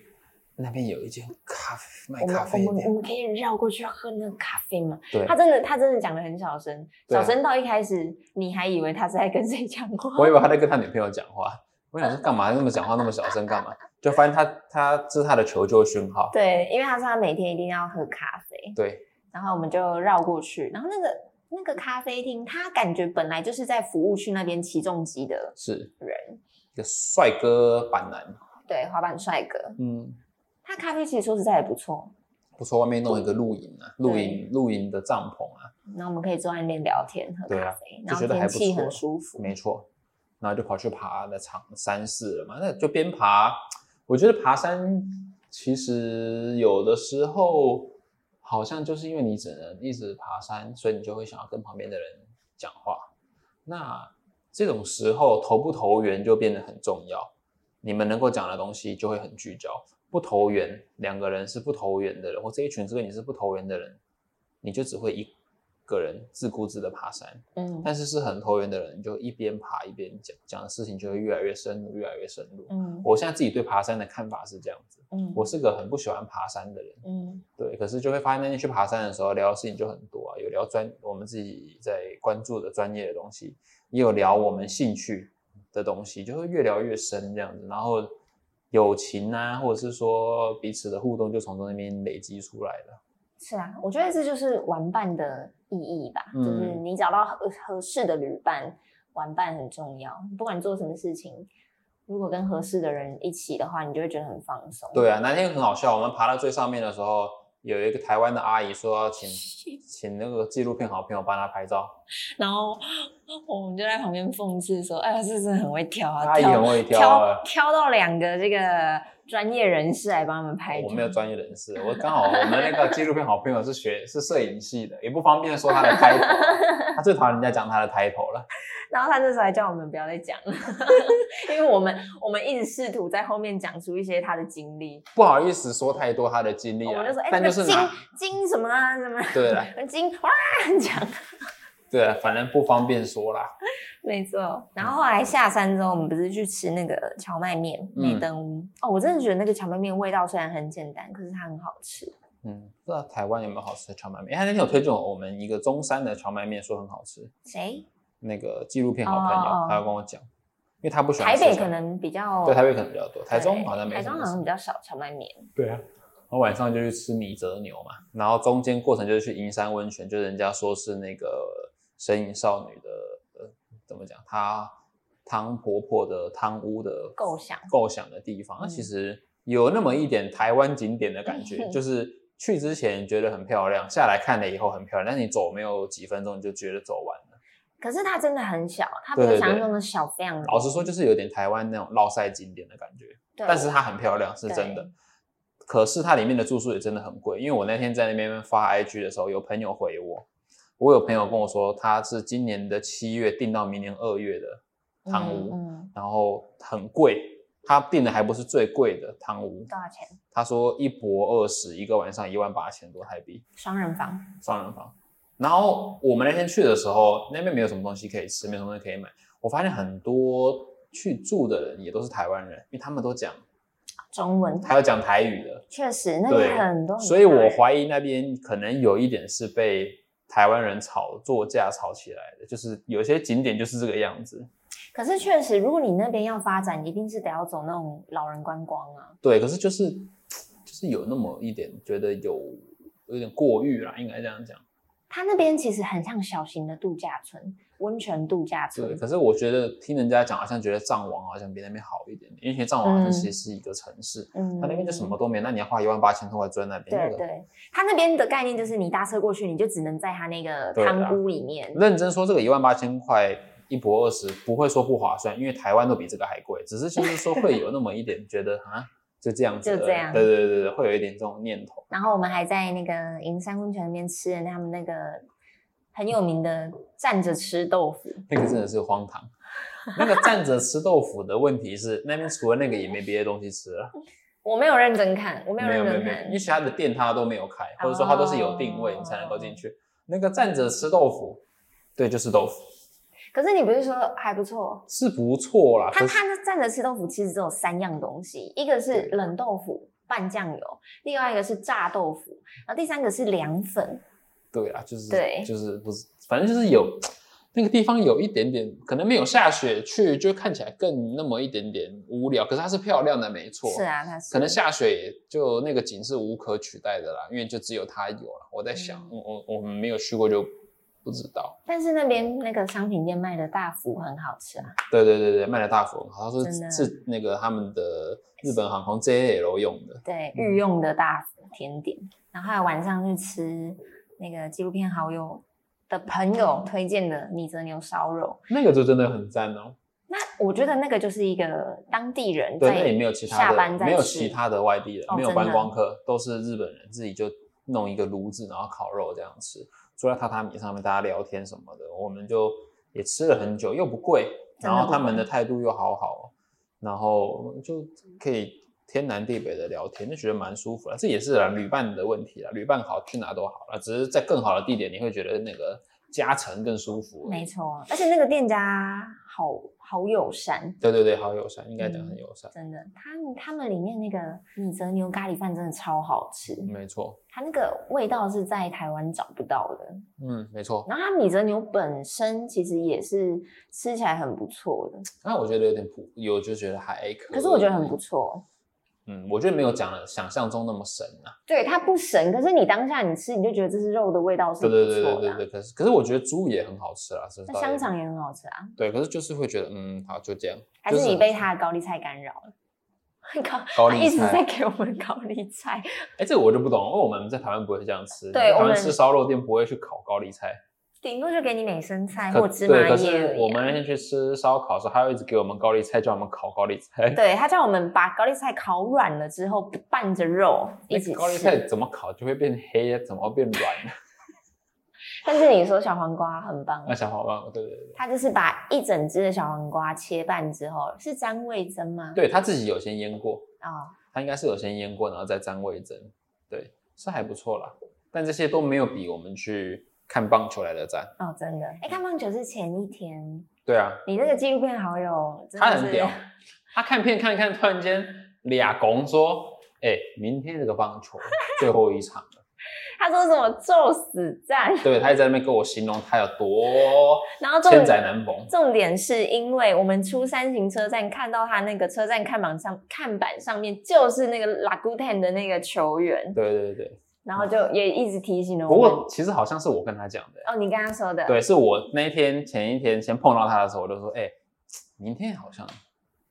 那边有一间咖啡卖
我们
咖
我
啡
们我
店。
们可以绕过去喝那个咖啡吗？”
对
他，真的他真的讲的很小声，
对
小
啊
声到一开始你还以为他是在跟谁讲话。
我以为他在跟他女朋友讲话，我想说干嘛那么讲话那么小声干嘛？ 就发现他他这是他的求救讯号。
对，因为他说他每天一定要喝咖啡，
对，
然后我们就绕过去，然后那个那个咖啡厅，他感觉本来就是在服务区那边起重机的
是
人，
一个帅哥板男，
对，滑板帅哥，
嗯，
他咖啡其实说实在也不错。
不错，外面弄一个露营啊，露
对
营露营的帐篷啊，
那我们可以坐在那边聊天、喝
对
咖
啊
啡，
就
然
觉
后
得还不
天气
错，
很舒服。
没错，然后就跑去爬那长山寺了嘛，那就边爬，我觉得爬山其实有的时候好像就是因为你只能一直爬山，所以你就会想要跟旁边的人讲话。那这种时候投不投缘就变得很重要，你们能够讲的东西就会很聚焦。不投缘，两个人是不投缘的人，或这一群是跟你是不投缘的人，你就只会一个人自顾自的爬山。
嗯
但是是很投缘的人，你就一边爬一边讲，讲的事情就会越来越深入，越来越深入。
嗯
我现在自己对爬山的看法是这样子，
嗯
我是个很不喜欢爬山的人，
嗯
对，可是就会发现那天去爬山的时候，聊的事情就很多啊，有聊专我们自己在关注的专业的东西，也有聊我们兴趣的东西，就会越聊越深这样子，然后友情啊，或者是说彼此的互动，就从中那边累积出来了。
是啊，我觉得这就是玩伴的意义吧，
嗯
就是你找到合合适的旅伴，玩伴很重要。不管做什么事情，如果跟合适的人一起的话，你就会觉得很放松。
对啊，那天很好笑，我们爬到最上面的时候，有一个台湾的阿姨说要 请请那个纪录片好朋友帮她拍照，
然后我们就在旁边讽刺说：“哎呀，这真的很会挑啊，
阿姨很
挑
会挑
挑
啊。
挑到两个这个专业人士来帮他们拍
哎哦
照。”
我没有专业人士，我刚好我们那个纪录片好朋友是学 是摄影系的，也不方便说他的 title，他最讨厌人家讲他的 title 了。
然后他那时候还叫我们不要再讲了，因为我们我们一直试图在后面讲出一些他的经历，
不好意思说太多他的经历
我
啊
们就说，哎，
但
那
就
个
是
金
拿
金什么啊什么，
对啦，
金哇讲，
对啊，反正不方便说啦。
没错。然后后来下山之后，我们不是去吃那个荞麦面
嗯
美登屋、哦，我真的觉得那个荞麦面味道虽然很简单，可是它很好吃。
嗯，不知道台湾有没有好吃的荞麦面？哎，他那天有推荐我们一个中山的荞麦面，说很好吃。
谁？
那个纪录片好朋
哦哦
友
哦，
他有跟我讲，因为他不喜欢
台
吃
北
荞
可
麦
能比较
对台北可能比较多，台中
对
好像没
台
什
中
么
好像
吃。
比较少荞麦面。
对啊，我晚上就去吃米泽牛嘛，然后中间过程就是去银山温泉，就是人家说是那个神隐少女的呃怎么讲，她汤婆婆的汤屋的
构想
构想的地方，那
嗯
其实有那么一点台湾景点的感觉，
嗯
就是。去之前觉得很漂亮，下来看了以后很漂亮，但你走没有几分钟你就觉得走完了。
可是它真的很小，它比
对
我
对
想象
对
中的小非常多。
老实说，就是有点台湾那种绕赛景点的感觉，
对，
但是它很漂亮，是真的。可是它里面的住宿也真的很贵，因为我那天在那边发 IG 的时候，有朋友回我，我有朋友跟我说他是今年的七月订到明年二月的汤屋，
嗯，嗯
然后很贵，他订的还不是最贵的汤屋，
多少钱？
他说一博二十，一个晚上一万八千多台币。
双人房。
双人房。然后我们那天去的时候，那边没有什么东西可以吃，没有什么东西可以买。我发现很多去住的人也都是台湾人，因为他们都讲，
中文，
还有讲台语的，
确实那
对
里很多很
所以
多
我
人
怀疑那边可能有一点是被台湾人炒作价炒起来的，就是有些景点就是这个样子。
可是确实，如果你那边要发展，一定是得要走那种老人观光啊。
对，可是就是就是有那么一点觉得有有点过誉啦，应该这样讲。
它那边其实很像小型的度假村，温泉度假
对，
村。
可是我觉得听人家讲，好像觉得藏王好像比那边好一点点，因为其实藏王好像
嗯
其实是一个城市，
嗯
它那边就什么？都没有，那你要花一万八千多块住在那边，
对
那个
对，它那边的概念就是你搭车过去，你就只能在它那个
对啊啦
汤屋里面。
认真说，这个一万八千块一博二十，不会说不划算，因为台湾都比这个还贵，只是就是说会有那么一点觉得啊，就这样子而已，
就这样
对对对对，会有一点这种念头。
然后我们还在那个银山温泉那边吃了他们那个很有名的站着吃豆腐，
那个真的是荒唐。那个站着吃豆腐的问题是，那边除了那个也没别的东西吃了，
我没有认真看，我没有
没有没
认
有
真
没有，因
看
为。其他的店它都没有开，或者说它都是有定位你才能够进
哦
去。那个站着吃豆腐，对，就是豆腐，
可是你不是说还不错？
是不错啦。
他
可是
他那站着吃豆腐其实只有三样东西，一个是冷豆腐拌酱油，另外一个是炸豆腐，然后第三个是凉粉。
对啦，就是
对
就是不是，反正就是有那个地方有一点点，可能没有下雪去，就看起来更那么一点点无聊。可是它是漂亮的，没错。
是啊，它是
可能下雪也就那个景是无可取代的啦，因为就只有它有了。我在想，
嗯
我我我们没有去过就不不知道。
但是那边那个商品店卖的大福很好吃啊，
对对对对，卖的大福很好，它
真
是
的
是那个他们的日本航空 JAL 用的，
对，御用的大福甜点。然后还有晚上去吃那个纪录片好友的朋
嗯
友推荐的米泽牛烧肉，
那个就真的很赞哦。
那我觉得那个就是一个当地人
对，
在
那里没有其他
下班
的，
再
没有
吃
其他的外地人，
哦
没有
真的
观光客，都是日本人自己就弄一个炉子，然后烤肉这样吃，坐在榻榻米上面大家聊天什么的，我们就也吃了很久，又不贵，
真的
然后
不
他们的
贵
态度又好好，然后就可以天南地北的聊天，就觉得蛮舒服了。这也是啦旅伴的问题啊啦，旅伴好去哪都好了，只是在更好的地点你会觉得那个加成更舒服。
没。错，而且那个店家好好友善，
对对对，好友善，应该讲很
嗯
友善，
真的，他们他们里面那个米泽牛咖喱饭真的超好吃，
没错，
它那个味道是在台湾找不到的。
嗯，没错。
然后它米泽牛本身其实也是吃起来很不错的，
那我觉得有点普，有就觉得还可以。
可是我觉得很不。错。
嗯，我觉得没有讲的想象中那么神啊。
对，它不神，可是你当下你吃你就觉得这是肉的味道是
对
不
对对对
错的
对
啊、
对，可是可是我觉得猪也很好吃啦，是不是？
那香肠也很好吃啊，
对，可是就是会觉得嗯，好就这样。
还
就是
你被它的高丽菜干扰了？高
高
他
丽
一直在
菜？
给我们高丽菜，
哎，这个我就不懂，因为我们在台湾不会这样吃。
对
台
我
湾
们
吃烧肉店不会去烤高丽菜，
顶多就给你美生菜
可
或芝哎麻
对，可
叶而
是
已
我
啊
们那天去吃烧烤的时候，他又一直给我们高丽菜，叫我们烤高丽菜。
对他叫我们把高丽菜烤软了之后，拌着肉一起
那高丽菜
吃。
怎么烤就会变黑，怎么变软？啊
但是你说小黄瓜很棒
那，小黄瓜，对对对。
他就是把一整只的小黄瓜切半之后，是沾味增吗？
对他自己有先腌过，
哦，
它应该是有先腌过，然后再沾味增，对，是还不错啦。但这些都没有比我们去看棒球来的赞。
哦，真的。哎，看棒球是前一天，
对啊，
你那个纪录片好友真
他
的
很
是
屌，他看片看一看，突然间俩拱说：“哎、明天这个棒球最后一场了。
他说什么咒死战，
对”他一直在那边跟我形容他有多
然后重
千载难逢。
重点是因为我们出三型车站看到他那个车站看板上看板上面就是那个 Lagutan 的那个球员，
对对对，
然后就也一直提醒了
不
我们。
过其实好像是我跟他讲的、
哦，你刚刚说的，
对，是我那一天前一天先碰到他的时候，我就说：“哎、明天好像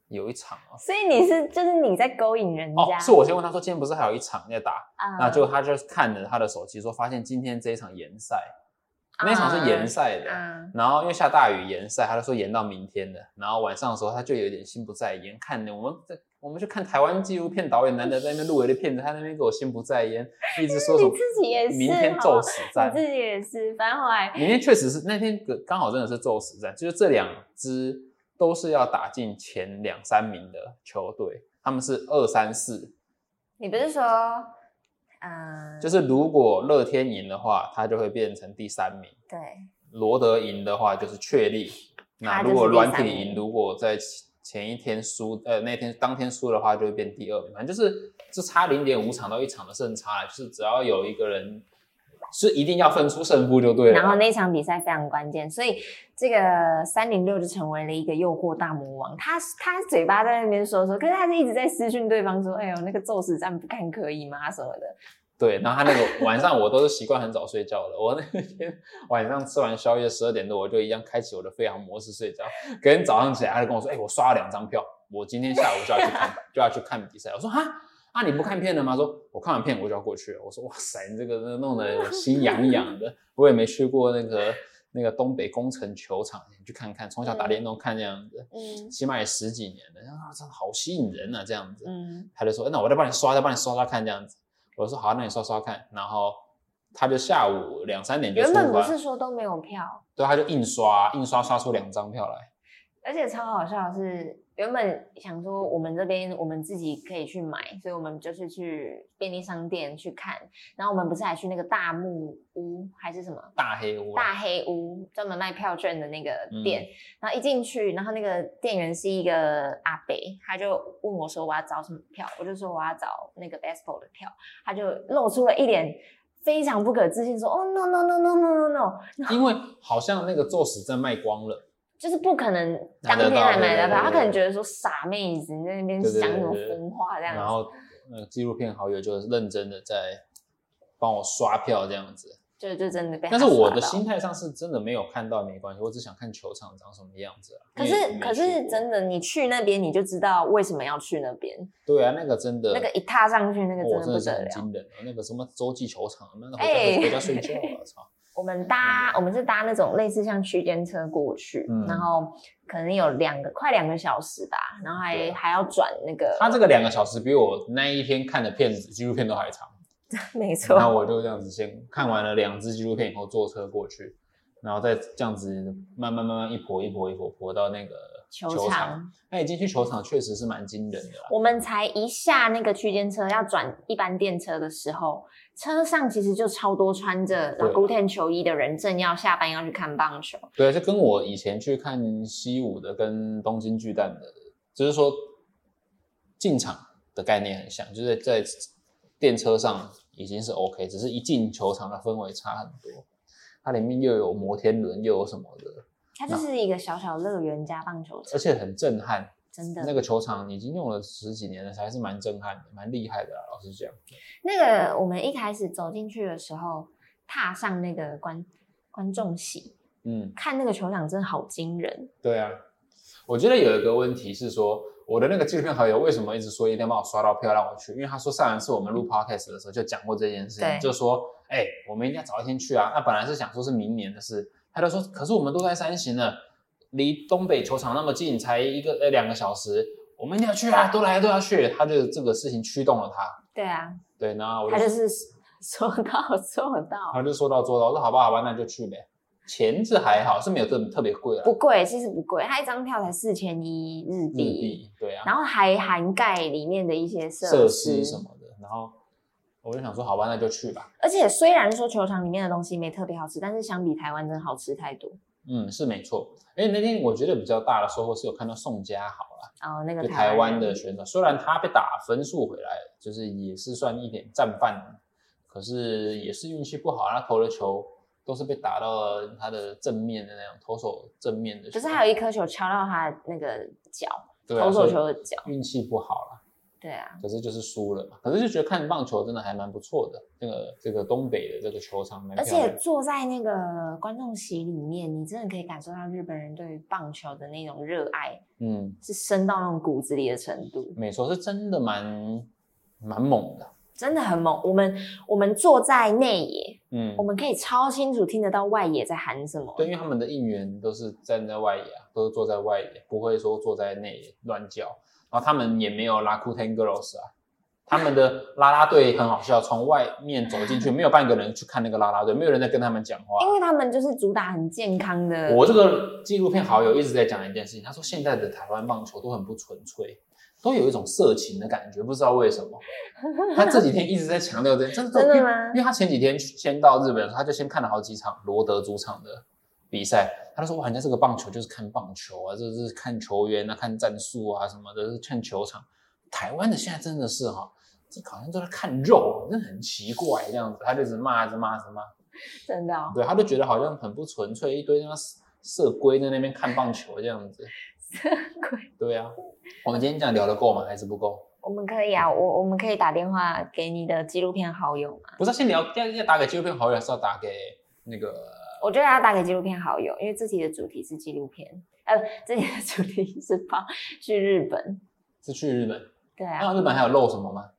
有一场哦。”
所以你是就是你在勾引人
哦
家，，
是我先问他说今天不是还有一场在打，
啊
那就他就看了他的手机说，发现今天这一场延赛，那一场是延赛的，
啊，
然后因为下大雨延赛，他就说延到明天的，然后晚上的时候他就有点心不在焉，看的我们在我们去看台湾纪录片导演难得在那边入围的片子，他那边给我心不在焉，一直说什
你
么
自己也是，
明天
好不
咒
好
死战
你，自己也是，反正后来
明天确实是那天个刚好真的是宙死战，就是这两支都是要打进前两三名的球队，他们是二三四。
你不是说，嗯，
就是如果乐天赢的话，他就会变成第三名；
对，
罗德赢的话就是确立。那
他
如果
就是第
软
三
体
名
赢，如果在前前一天输，呃，那天当天输的话，就会变第二名。反正就是就差零点五场到一场的胜差，就是只要有一个人是一定要分出胜负就对啊了。
然后那场比赛非常关键，所以这个三零六就成为了一个诱惑大魔王。他他嘴巴在那边说说，可是他是一直在私讯对方说，哎呦，那个宙斯战不看可以吗什么的。
对，然后他那个晚上我都是习惯很早睡觉的。我那天 晚上吃完宵夜十二点多，我就一样开启我的飞行模式睡觉。隔天早上起来，他就跟我说：“哎、我刷了两张票，我今天下午就要去看，就要去看比赛。”我说：“哈啊，你不看片了吗？”他说：“我看完片我就要过去了。”我说：“哇塞，你这个弄得我心痒痒的。我也没去过那个那个东北工程球场，你去看看，从小打电动看这样子，
嗯
起码也十几年了，啊，真的好吸引人啊，这样子。”
嗯，
他就说，哎那我再帮你刷，再帮你刷刷看这样子。我说好，啊那你刷刷看。然后他就下午两三点就出
原本不
发
是，说都没有票，
对，他就印刷，印刷刷出两张票来。
而且超好笑的是，原本想说我们这边我们自己可以去买，所以我们就是去便利商店去看。然后我们不是还去那个大木屋还是什么
大黑屋啊，
大黑屋，专门卖票券的那个
嗯
店。然后一进去，然后那个店员是一个阿北，他就问我说我要找什么票，我就说我要找那个 baseball 的票，他就露出了一脸非常不可置信说哦 no no no no no no no，
因为好像那个宙斯站卖光了，
就是不可能
拿
当
得
天
到
还
对
买
对
得到，
对
他
对
可能觉得说傻妹子你在那边
对对
讲
对
什么
对对
疯话这样子。
然后呃纪录片好友就认真的在帮我刷票这样子。
就就真的被。
但是我的，心态上是真的没有看到没关系，我只想看球场长什么样子啊。
可
因为
是
没
可
去
是
过
真的，你去那边你就知道为什么要去那边，
对啊，那个真的
那个一踏上去，那个
我
真的
真
不
的是
得
很
了。
惊人啊！那个什么洲际球场，那个回
哎
家回家睡觉了，操！
我
嗯
们搭我们是搭那种类似像区间车过去，
嗯
然后可能有两个快两个小时吧，然后还
对啊
还要转那个。
他这个两个小时比我那一天看的片子纪录片都还长。
没
然后
错，
我就这样子先看完了两支纪录片以后，坐车过去，然后再这样子慢慢慢慢一跛一跛一跛跛到那个
球
球场。
场
那你进去球场确实是蛮惊人的啦。
我们才一下那个区间车要转一般电车的时候，车上其实就超多穿着老
对
古天球衣的人，正要下班要去看棒球。
对，这跟我以前去看西武的跟东京巨蛋的，就是说进场的概念很像，就是在电车上已经是 OK，只是一进球场的氛围差很多。它里面又有摩天轮，又有什么的，
它就是一个小小乐园加棒球场
而，且很震撼。
真的。
那个球场已经用了十几年了，还是蛮震撼的，蛮厉害的啦。老实讲，
那个我们一开始走进去的时候，踏上那个观观众席，
嗯，
看那个球场真的好惊人。
对啊。我觉得有一个问题是说，我的那个纪录片好友为什么一直说一定要帮我刷到票让我去？因为他说上一次我们录 podcast 的时候就讲过这件事
对
情，就说，哎、我们一定要早一天去啊。那本来是想说是明年的事，他就说，可是我们都在三行了，离东北球场那么近，才一个呃两个小时，我们一定要去啊，都来都要去。他就这个事情驱动了他。
对啊，
对，然后我就
他就是 说到 做到，
他就说到做到，我说好吧好吧，那就去呗。钱是还好，是没有特特别贵啊，
不贵，其实不贵，它一张票才四千一日
日
币，
币对啊，
然后还涵盖里面的一些
设
施
施什，么的。然后我就想说，好吧，那就去吧。
而且虽然说球场里面的东西没特别好吃，但是相比台湾真的好吃太多。
嗯，是没错。而且那天我觉得比较大的收获是有看到宋佳豪啦，
哦，那个
就台湾
人
的选手，虽然他被打分数回来了，就是也是算一点战犯，可是也是运气不好，他投的球都是被打到了他的正面的那种投手正面的球，
可是还有一颗球敲到他那个脚，
对啊
投手
所以
球的脚。
运气不好啦。
对啊，
可是就是输了嘛。可是就觉得看棒球真的还蛮不错的，这个这个东北的这个球场蛮
而
漂亮的。
且坐在那个观众席里面，你真的可以感受到日本人对于棒球的那种热爱，
嗯，
是深到那种骨子里的程度，
没错，是真的蛮蛮猛的。
真的很猛。我们我们坐在内野，
嗯
我，们可以超清楚听得到外野在喊什么。
对，因为他们的应援都是站在外野啊，都是坐在外野，不会说坐在内野乱叫。然后他们也没有拉库 ten girls 啊，他们的啦啦队很好笑，从外面走进去，没有半个人去看那个啦啦队，没有人在跟他们讲话。
因为他们就是主打很健康的，
我这个纪录片好友一直在讲一件事情，他说现在的台湾棒球都很不纯粹，都有一种色情的感觉，不知道为什么。他这几天一直在强调这，真的
真的
因为
吗
因为他前几天去先到日本的时候，他就先看了好几场罗德主场的比赛，他就说哇，人家这个棒球就是看棒球啊，就是看球员啊，看战术啊什么的，就是看球场。台湾的现在真的是哈、这好像都在看肉，真的很奇怪这样子，他就一直骂，一直骂，一直骂。
真的、哦、
对，他就觉得好像很不纯粹，一堆那色色龟在那边看棒球这 样子。
鬼。
对啊， 我们今天这样聊得够吗？还是不够？
我们可以啊，我我们可以打电话给你的纪录片好友嘛？
不是啊先聊，要要打给纪录片好友，还是要打给那个？
我觉得要打给纪录片好友，因为这期的主题是纪录片，呃， 这期的主题是帮去日本。
是去日本？
对
那、
啊，
日本还有漏什么吗？嗯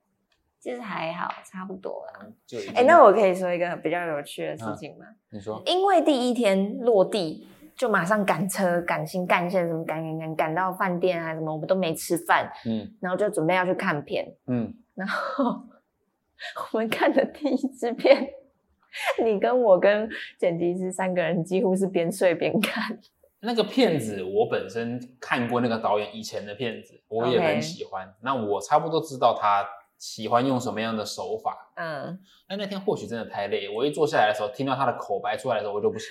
其实还好，差不多啦。
就
哎、那我可以说一个比较有趣的事情吗？
你说，
因为第一天落地就马上赶车、赶新干线，什么赶赶赶赶到饭店啊，什么我们都没吃饭，
嗯
然后就准备要去看片，
嗯，
然后我们看的第一支片。 你跟我跟剪辑师三个人几乎是边睡边看，
那个片子我本身看过那个导演以前的片子，我也
OK
很喜欢。那我差不多知道他喜欢用什么样的手法。
嗯，
那那天或许真的太累，我一坐下来的时候，听到他的口白出来的时候，我就不行。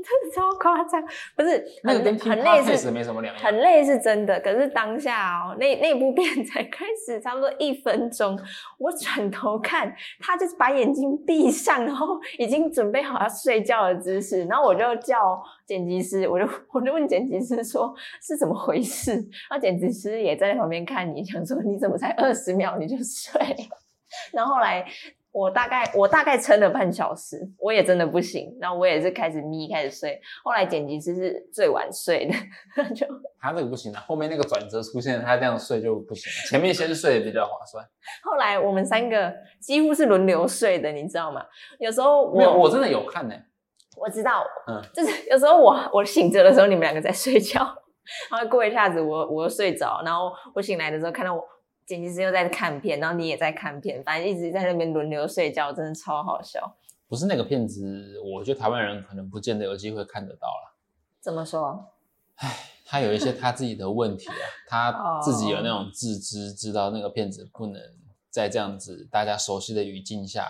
超夸张，不是
那个
很
跟听
很累
podcast
是
没什么两样
很累是真的，可是当下哦，那那部片才开始差不多一分钟，我转头看，他就是把眼睛闭上，然后已经准备好要睡觉的姿势，然后我就叫剪辑师，我就我就问剪辑师说是怎么回事，然后剪辑 师也在旁边看你，想说你怎么才二十秒你就睡，然后后来我大概我大概撑了半小时，我也真的不行，然后我也是开始眯开始睡，后来剪辑师是最晚睡的，就
他这个不行啊，后面那个转折出现，他这样睡就不行了。前面先睡比较划算。
后来我们三个几乎是轮流睡的，你知道吗？有时候
没有，
我
我真的有看呢、
我知道，
嗯
就是有时候我我醒着的时候，你们两个在睡觉， 然后过一下子我我又睡着，然后我醒来的时候看到我剪辑师又在看片，然后你也在看片，反正一直在那边轮流睡觉，真的超好笑。
不是那个片子，我觉得台湾人可能不见得有机会看得到啦。
怎么说？
他有一些他自己的问题啊，他自己有那
哦
种自知，知道那个片子不能在这样子大家熟悉的语境下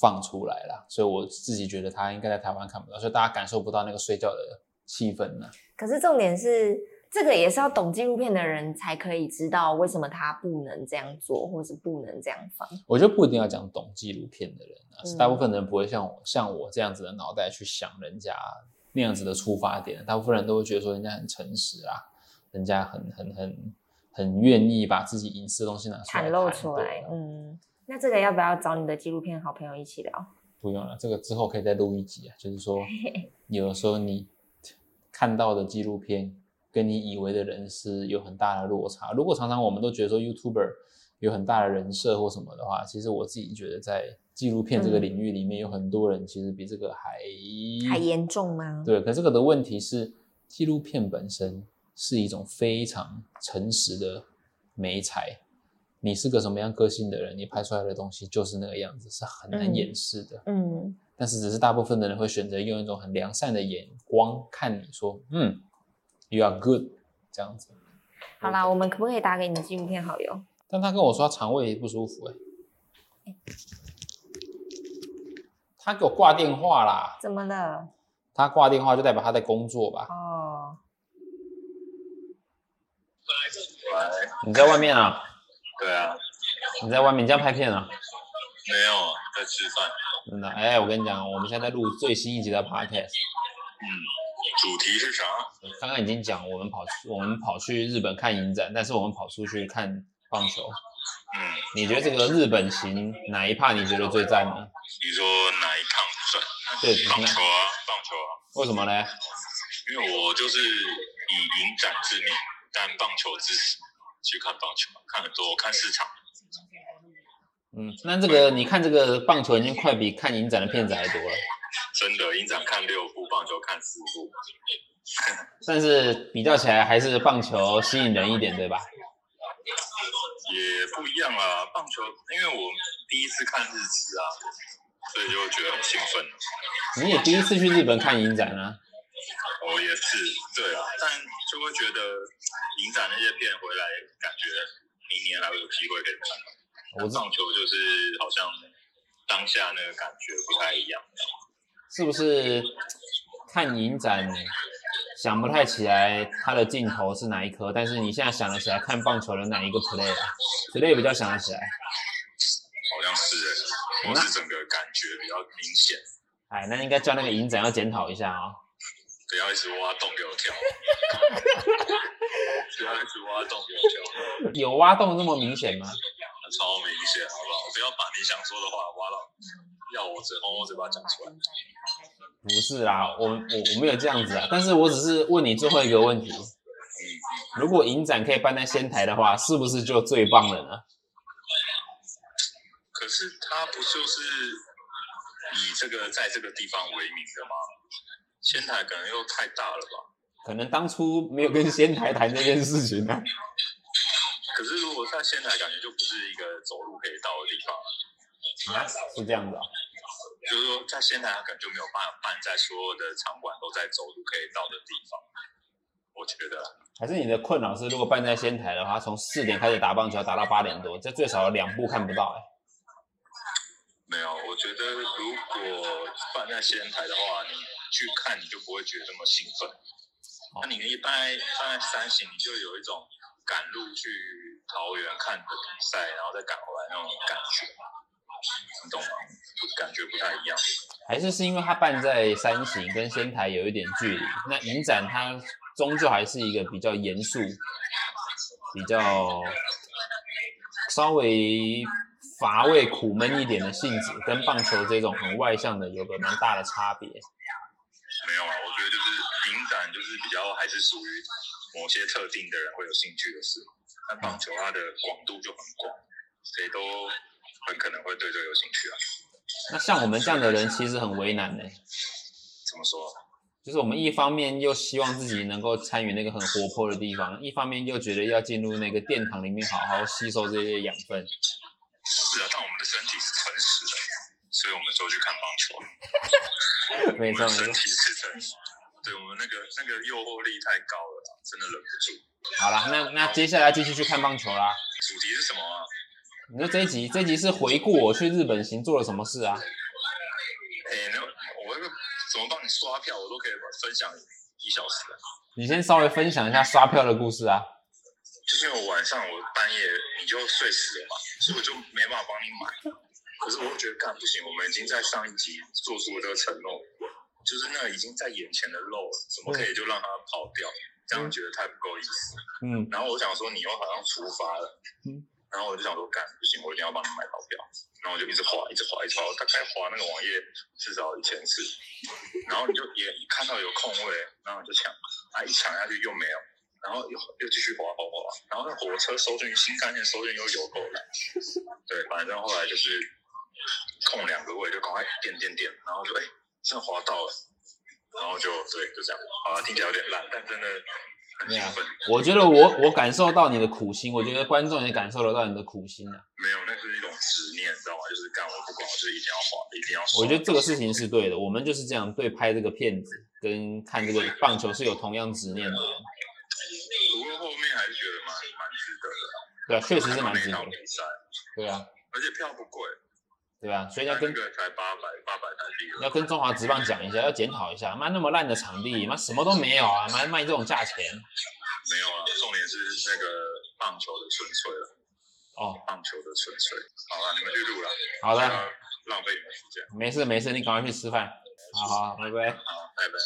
放出来啦，所以我自己觉得他应该在台湾看不到，所以大家感受不到那个睡觉的气氛呢、
可是重点是，这个也是要懂纪录片的人才可以知道为什么他不能这样做，或是不能这样放。
我觉得不一定要讲懂纪录片的人啊，
嗯
是大部分人不会像我像我这样子的脑袋去想人家那样子的出发点，大部分人都会觉得说人家很诚实啊，人家很很很很愿意把自己隐私的东西拿出来
袒露出来
对。啊
嗯，那这个要不要找你的纪录片好朋友一起聊？
不用了，这个之后可以再录一集啊，就是 说有的时候你看到的纪录片跟你以为的人是有很大的落差。如果常常我们都觉得说 YouTuber 有很大的人设或什么的话，其实我自己觉得在纪录片这个领域里面，有很多人其实比这个还
嗯
嗯
还严重吗？
对，可这个的问题是，纪录片本身是一种非常诚实的美材。你是个什么样个性的人，你拍出来的东西就是那个样子，是很难
嗯
掩饰的。
嗯，
但是只是大部分的人会选择用一种很良善的眼光看你说，嗯，you are good 这样子。
好啦，我们可不可以打给你的纪录片好友？
但他跟我说他肠胃不舒服、欸，他给我挂电话啦，
怎么了？
他挂电话就代表他在工作吧？
哦，
你在外面啊？
对啊，
你在外面你这样拍片啊？
没有啊，在吃饭。
真的，哎，我跟你讲，我们现在在录最新一集的 podcast，
主题是啥？
刚刚已经讲我们跑去我们跑去日本看影展，但是我们跑出去看棒球。
嗯，
你觉得这个日本行哪一趴你觉得最赞呢？
你说哪一趟算？
对，
棒球啊，棒球啊，
为什么呢？
因为我就是以影展之名，但棒球之实去看棒球，看很多，看市场。
嗯，那这个你看这个棒球已经快比看影展的片子还多了，
真的，影展看六部，棒球看四部。
但是比较起来还是棒球吸引人一点，对吧？
也不一样啊。棒球，因为我第一次看日职啊，所以就觉得很兴奋。
你也第一次去日本看影展啊？
我哦也是，对啊，但就会觉得影展那些片回来，感觉明年还会有机会可以看。
我
我
知道
棒球就是好像当下那个感觉不太一样。
是不是看影展想不太起来它的镜头是哪一颗？但是你现在想得起来看棒球的哪一个 play 啊？play 比较想得起来。
好像是
哦
欸，我是整个感觉比较明显，
哎，那应该叫那个影展要检讨一下哦。
不要一直挖洞给我 跳，不要一直挖洞给我跳，
有挖洞这么明显吗？
超明显，好不好？不要把你想说的话挖到，要我嘴从我嘴巴讲出来。
不是啦，我我我没有这样子啊，但是我只是问你最后一个问题，如果影展可以办在仙台的话，是不是就最棒了呢？
可是他不就是以这个在这个地方为名的吗？仙台可能又太大了吧？
可能当初没有跟仙台谈这件事情呢、啊。
可是如果在仙台，感觉就不是一个走路可以到的地方。
是这样子啊、
就是说，在仙台，它可能就没有办法办在所有的场馆都在走路可以到的地方。我觉得
还是你的困扰是，如果办在仙台的话，从四点开始打棒球打到八点多，这最少有两步看不到、欸。
没有，我觉得如果办在仙台的话，你去看你就不会觉得那么兴奋。那你一般办在三省，你就有一种赶路去桃园看的比赛，然后再赶回来那种感觉，你懂吗？感觉不太一样。
还是是因为它办在山形，跟仙台有一点距离。那影展它终究还是一个比较严肃、比较稍微乏味、苦闷一点的性质，跟棒球这种很外向的有个蛮大的差别。
没有啊，我觉得就是影展就是比较还是属于某些特定的人会有兴趣的事，但棒球它的广度就很广，谁都很可能会对这个有兴趣啊。
那像我们这样的人，其实很为难呢、
怎么说？啊
就是我们一方面又希望自己能够参与那个很活泼的地方，一方面又觉得要进入那个殿堂里面好好吸收这些养分。
是啊，但我们的身体是诚实的，所以我们都去看棒球。
没
我
错
们
没
身
错。
体是诚实，对我们那个那个诱惑力太高了，真的忍不住。
好啦，那那接下来继续去看棒球啦。
主题是什么啊？
你说这一集，这一集是回顾我去日本行做了什么事啊？
哎、那我那个怎么帮你刷票，我都可以分享一小时啊。
你先稍微分享一下刷票的故事啊。
就是因为我晚上我半夜你就睡死了嘛，所以我就没办法帮你买。可是我又觉得干不行，我们已经在上一集做出了这个承诺，就是那已经在眼前的肉了，怎么可以就让它跑掉？这样觉得太不够意思。
嗯，
然后我想说你又好像出发了
嗯，
然后我就想说干不行，我一定要帮你买到票。然后我就一直滑，一直滑，一直滑，我大概滑那个网页至少一千次。然后你就也看到有空位，然后你就抢，啊一抢下去又没有，然后又又继续滑滑滑，然后那火车收进新干线收进又有够了。对，反正后来就是空两个位就赶快点点点，然后就哎真的滑到了，然后就对就这样，啊听起来有点烂，但真的很兴奋。
我觉得我我感受到你的苦心，我觉得观众也感受得到你的苦心啊。
没有，那是一种执念，你知道吗？就是干我不管，我就是一定要滑，一定要爽。
我觉得这个事情是对的，我们就是这样对拍这个片子跟看这个棒球是有同样执念的人，
不过后面还是觉得蛮蛮值得的，
对啊，确实是蛮值
看
得的，
到那一场比赛，
对啊，
而且票不贵，
对啊，所以要
但那
跟
个才八百八百台币而已
要跟中华职棒讲一下，要检讨一下，妈那么烂的场地，妈什么都没有啊，妈卖这种价钱，
没有啊，重点是那个棒球的纯粹了，
哦，
棒球的纯粹。好了，你们去录了，
好
不
的，
要浪费你们时间。
没事没事，你赶快去吃饭，好好，拜拜。
好，拜拜。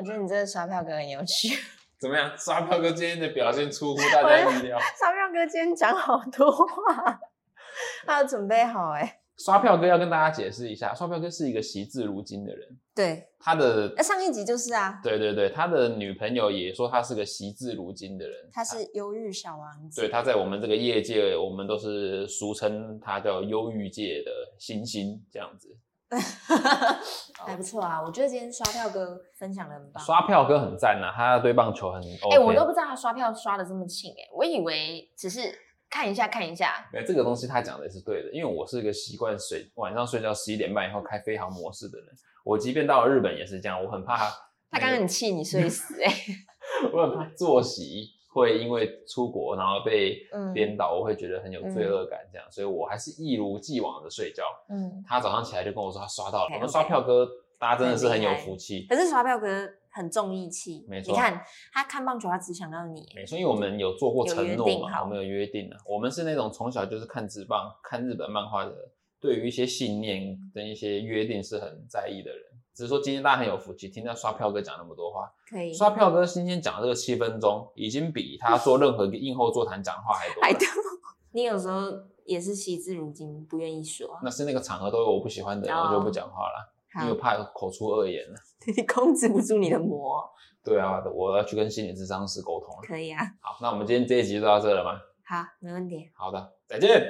我觉得你这个刷票哥很有趣，
怎么样？刷票哥今天的表现出乎大家意料。
刷票哥今天讲好多话， 他有准备好哎、
刷票哥要跟大家解释一下，刷票哥是一个惜字如金的人，
对，
他的
那上一集就是啊，
对对对，他的女朋友也说他是个惜字如金的人。
他是忧郁小王子，
对，他在我们这个业界，我们都是俗称他叫忧郁界的星星这样子。
还不错啊，我觉得今天刷票哥分享的很棒。
刷票哥很赞呐、他对棒球很 OK。
哎、我都不知道他刷票刷的这么勤哎、我以为只是看一下看一下，
哎这个东西他讲的也是对的，因为我是一个习惯睡晚上睡觉十一点半以后开飞行模式的人。我即便到了日本也是这样，我很怕
他刚刚很气你睡死 哎、
我很怕作息会因为出国然后被
嗯
颠倒，我会觉得很有罪恶感这样，所以我还是一如既往的睡觉。
嗯，
他早上起来就跟我说他刷到了，
哎 OK，
我们刷票哥大家真的是很有
很厉害
福气。
可是刷票哥很重义气，
没错
你看他看棒球，他只想到你，
没错，因为我们有做过承
有约
诺
定
嘛，
好
我们有约定啊。我们是那种从小就是看日棒、看日本漫画的，对于一些信念跟一些约定是很在意的人。只是说今天大家很有福气，听到刷票哥讲那么多话。
可以
刷票哥今天讲的这个七分钟，已经比他做任何一个映后座谈讲话还多了。
还你有时候也是惜字如金，不愿意说。
那是那个场合都有我不喜欢的人，
哦
我就不讲话了，因为我
好，
怕口出恶言了。
你控制不住你的魔，
对啊，我要去跟心理咨商师沟通了。
可以啊。
好，那我们今天这一集就到这了嘛？
好，没问题。
好的，再见。